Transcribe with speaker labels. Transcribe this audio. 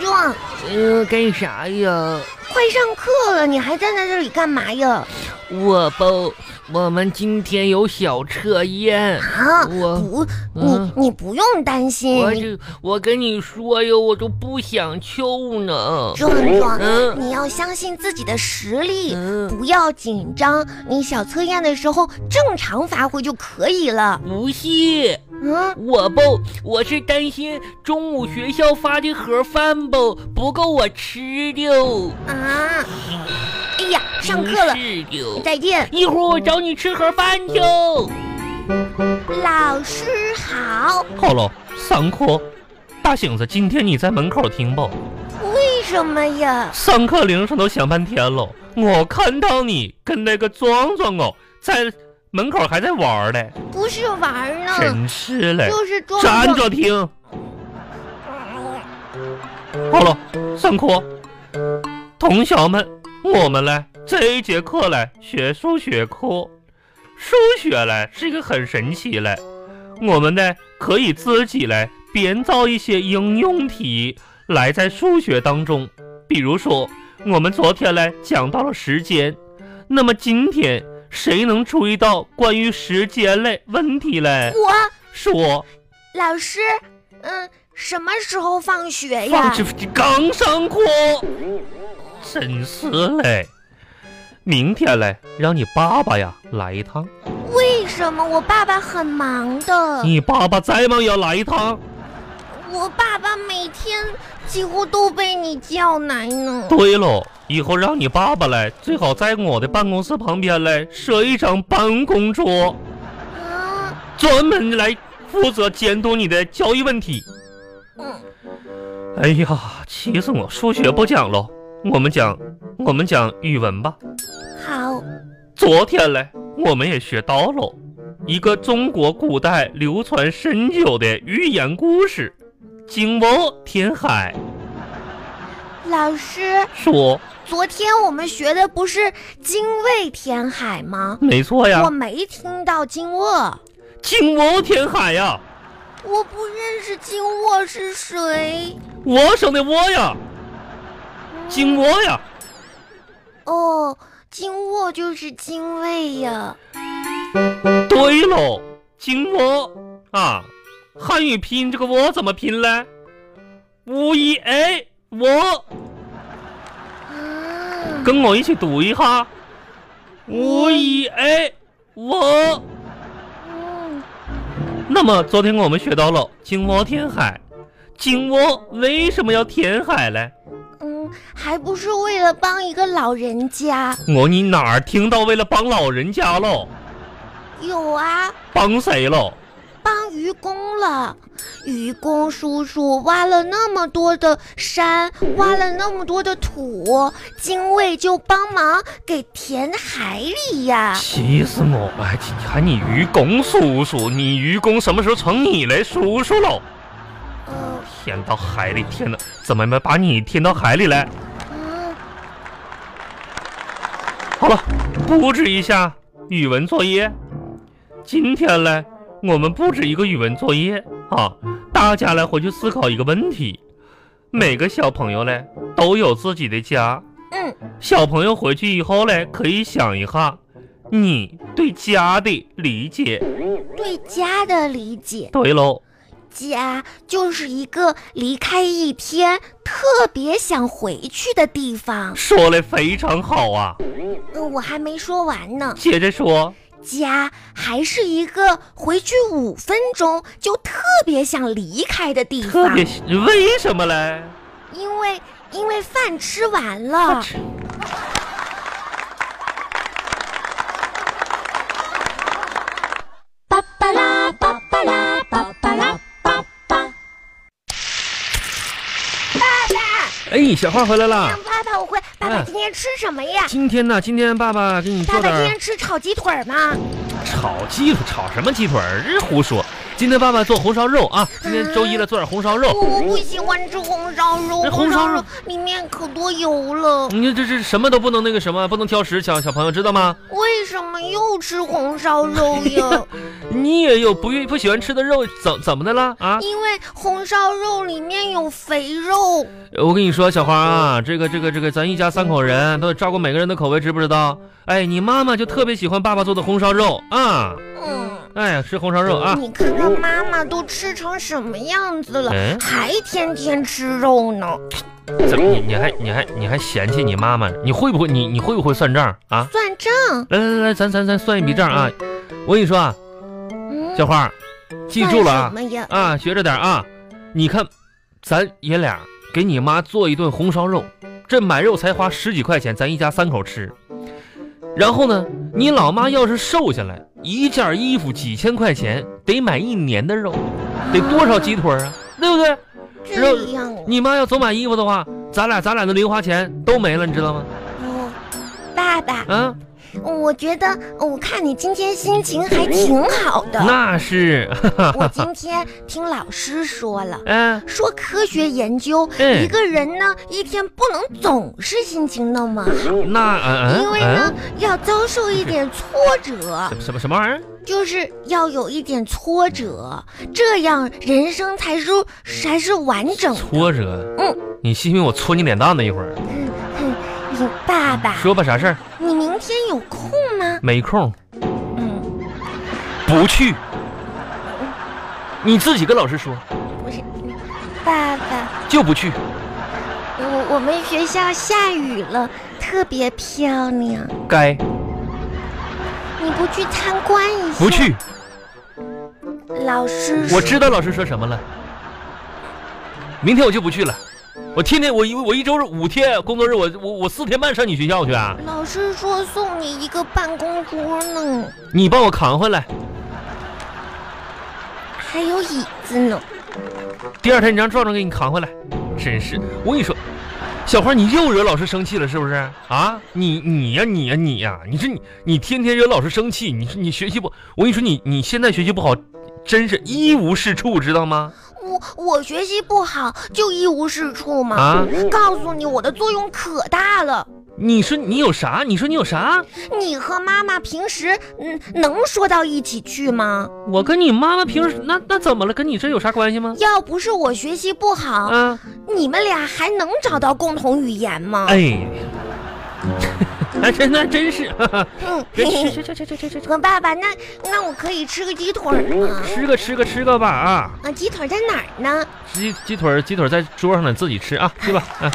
Speaker 1: 上，
Speaker 2: 呃，干啥呀？
Speaker 1: 快上课了，你还站在这里干嘛呀？
Speaker 2: 我不，我们今天有小测验。
Speaker 1: 啊，
Speaker 2: 我
Speaker 1: 不，
Speaker 2: 嗯
Speaker 1: 你你不用担心
Speaker 2: 我，
Speaker 1: 你
Speaker 2: 这，我跟你说哟，我都不想秀呢。
Speaker 1: 壮壮，
Speaker 2: 嗯
Speaker 1: 你要相信自己的实力，
Speaker 2: 嗯，
Speaker 1: 不要紧张。你小测验的时候正常发挥就可以了。
Speaker 2: 不是，
Speaker 1: 嗯，
Speaker 2: 我不，我是担心中午学校发的盒饭不不够我吃的哦，
Speaker 1: 啊，哎呀，上课了
Speaker 2: 不，是的。
Speaker 1: 再见，
Speaker 2: 一会儿我找你吃盒饭去。
Speaker 1: 老师好。
Speaker 3: 好了，上课。大醒子，今天你在门口听不？
Speaker 1: 为什么呀？
Speaker 3: 上课铃声都响半天了，我看到你跟那个壮壮哦，在门口还在玩儿嘞，
Speaker 1: 不是玩儿呢，
Speaker 3: 真是嘞，
Speaker 1: 就是壮
Speaker 3: 站
Speaker 1: 壮。
Speaker 3: 着听。好了，上课。同学们，我们嘞这一节课嘞学数学课，数学嘞是一个很神奇嘞，我们呢可以自己嘞编造一些应用题来在数学当中，比如说我们昨天嘞讲到了时间，那么今天谁能注意到关于时间类问题嘞？
Speaker 1: 我
Speaker 3: 说。
Speaker 1: 老师，嗯，什么时候放学哎呀？
Speaker 3: 放弃刚上课，真是嘞！明天嘞，让你爸爸呀来一趟，
Speaker 1: 为什么我爸爸很忙的？
Speaker 3: 你爸爸再忙也要来一趟。
Speaker 1: 我爸爸每天几乎都被你叫来呢。
Speaker 3: 对喽，以后让你爸爸嘞，最好在我的办公室旁边嘞设一张办公桌，
Speaker 1: 啊，
Speaker 3: 专门来负责监督你的教育问题。
Speaker 1: 嗯，
Speaker 3: 哎呀，气死我！数学不讲喽，我们讲，我们讲语文吧。
Speaker 1: 好，
Speaker 3: 昨天嘞，我们也学到了一个中国古代流传深久的寓言故事《惊窝填海
Speaker 1: 老师，》。
Speaker 3: 说，
Speaker 1: 昨天我们学的不是精卫填海吗？
Speaker 3: 没错
Speaker 1: 我
Speaker 3: 呀，
Speaker 1: 没听到精卫，
Speaker 3: 惊窝填海呀，
Speaker 1: 我不认识精卫是谁。
Speaker 3: 我省的窝呀，惊窝呀。
Speaker 1: 哦，精卫就是精卫呀。
Speaker 3: 对喽，惊窝啊，汉语拼音这个窝怎么拼嘞？乌一哎 a 窝，
Speaker 1: 啊，
Speaker 3: 跟我一起读一下，乌一哎 a 窝。
Speaker 1: 嗯，
Speaker 3: 那么昨天我们学到了金窝填海，金窝为什么要填海嘞？
Speaker 1: 嗯，还不是为了帮一个老人家。
Speaker 3: 我你哪儿听到为了帮老人家喽？
Speaker 1: 有啊，
Speaker 3: 帮谁喽？
Speaker 1: 帮愚公了。愚公叔叔挖了那么多的山，挖了那么多的土，精卫就帮忙给填海里呀。
Speaker 3: 气死我了！哎，你看你愚公叔叔，你愚公什么时候成你嘞叔叔喽？
Speaker 1: 呃，
Speaker 3: 填到海里，填到怎么没把你填到海里来？
Speaker 1: 嗯，
Speaker 3: 好了，布置一下语文作业。今天嘞，我们布置一个语文作业啊，大家来回去思考一个问题。每个小朋友嘞都有自己的家，
Speaker 1: 嗯，
Speaker 3: 小朋友回去以后嘞，可以想一下你对家的理解。
Speaker 1: 对家的理解，
Speaker 3: 对喽，
Speaker 1: 家就是一个离开一天特别想回去的地方。
Speaker 3: 说的非常好啊。
Speaker 1: 嗯，我还没说完呢。
Speaker 3: 接着说，
Speaker 1: 家还是一个回去五分钟就特别想离开的地
Speaker 3: 特
Speaker 1: 方，
Speaker 3: 别喜为什么嘞？
Speaker 1: 因为因为饭吃完了，
Speaker 4: 巴巴拉巴巴拉巴巴拉巴巴。
Speaker 2: 哎，小花回来啦
Speaker 1: 让。爸爸我会。爸爸
Speaker 2: 嗯
Speaker 1: 今天吃什么呀？
Speaker 2: 今天呢，今天爸爸给你
Speaker 1: 爸
Speaker 2: 做
Speaker 1: 爸
Speaker 2: 点
Speaker 1: 今
Speaker 2: 儿
Speaker 1: 天吃炒鸡腿吗？
Speaker 2: 炒鸡腿，炒什么鸡腿儿？这胡说！
Speaker 3: 今天爸爸做红烧肉啊，今天周一了，做点红烧肉。
Speaker 1: 我我不喜欢吃红烧肉，
Speaker 3: 那
Speaker 1: 红
Speaker 3: 哎红
Speaker 1: 烧
Speaker 3: 烧
Speaker 1: 肉
Speaker 3: 肉
Speaker 1: 里面可多油了。
Speaker 3: 你这是什么都不能那个什么，不能挑食，小小朋友知道吗？
Speaker 1: 为什么又吃红烧肉呀？
Speaker 3: 你也有不愿不喜欢吃的肉，怎怎么的了啊？
Speaker 1: 因为红烧肉里面有肥肉。
Speaker 3: 我跟你说，小花啊，这个这个这个，咱一家三口人都得照顾每个人的口味，知不知道？哎，你妈妈就特别喜欢爸爸做的红烧肉啊，
Speaker 1: 嗯，
Speaker 3: 哎呀，吃红烧肉啊，
Speaker 1: 你看看妈妈都吃成什么样子了，
Speaker 3: 嗯，
Speaker 1: 还天天吃肉呢。
Speaker 3: 怎么你你还你还你还嫌弃你妈妈？你会不会你你会不会算账啊？
Speaker 1: 算账，
Speaker 3: 来来来，咱咱咱算一笔账啊！我跟你说啊，
Speaker 1: 嗯，
Speaker 3: 小花，记住了啊
Speaker 1: 算什么呀？
Speaker 3: 啊，学着点啊！你看，咱爷俩给你妈做一顿红烧肉，这买肉才花十几块钱，咱一家三口吃。然后呢，你老妈要是瘦下来，一件衣服几千块钱，得买一年的肉，得多少鸡腿啊，对不对？
Speaker 1: 这样啊
Speaker 3: 你妈要总买衣服的话，咱俩咱俩的零花钱都没了，你知道吗？
Speaker 1: 哦，爸爸，
Speaker 3: 啊，
Speaker 1: 我觉得哦我看你今天心情还挺好的。
Speaker 3: 那是，
Speaker 1: 我今天听老师说了。
Speaker 3: 嗯、
Speaker 1: 说科学研究，
Speaker 3: 嗯
Speaker 1: 一个人呢一天不能总是心情那么好，
Speaker 3: 那嗯嗯，
Speaker 1: 因为呢要遭受一点挫折，
Speaker 3: 嗯什么什么玩意儿？
Speaker 1: 就是要有一点挫折，这样人生才是才是完整的。
Speaker 3: 挫折？
Speaker 1: 嗯，
Speaker 3: 你信不信我搓你脸蛋子一会儿？
Speaker 1: 哼你嗯爸爸，
Speaker 3: 说吧，啥事儿？
Speaker 1: 你明天有空吗？
Speaker 3: 没空，
Speaker 1: 嗯，
Speaker 3: 不去。你自己跟老师说，
Speaker 1: 不是，爸爸，
Speaker 3: 就不去。
Speaker 1: 我我们学校下雨了，特别漂亮，
Speaker 3: 该
Speaker 1: 你不去参观一下？
Speaker 3: 不。去，
Speaker 1: 老师说，
Speaker 3: 我知道老师说什么了。明天我就不去了。我天天我一我一周五天工作日，我我我四天半上你学校去啊！
Speaker 1: 老师说送你一个办公桌呢，
Speaker 3: 你帮我扛回来。
Speaker 1: 还有椅子呢。
Speaker 3: 第二天你让壮壮给你扛回来。真是，我跟你说，小花，你又惹老师生气了，是不是啊？你你呀、你呀、你呀、你说你你天天惹老师生气，你说你学习不，我跟你说你你现在学习不好，真是一无是处，知道吗？
Speaker 1: 我我学习不好就一无是处嘛。
Speaker 3: 啊，
Speaker 1: 告诉你，我的作用可大了。
Speaker 3: 你说你有啥？你说你有啥？
Speaker 1: 你和妈妈平时嗯能说到一起去吗？
Speaker 3: 我跟你妈妈平时那那怎么了？跟你这有啥关系吗？
Speaker 1: 要不是我学习不好，
Speaker 3: 啊，
Speaker 1: 你们俩还能找到共同语言吗？
Speaker 3: 哎， 哎，真那真是， 哈哈，
Speaker 1: 嗯，
Speaker 3: 这这这这这这这
Speaker 1: 和爸爸，那那我可以吃个鸡腿儿吗？
Speaker 3: 吃个吃个吃个吧啊！
Speaker 1: 啊，鸡腿在哪儿呢？
Speaker 3: 鸡鸡腿儿鸡腿儿在桌上呢，自己吃啊，去吧。啊，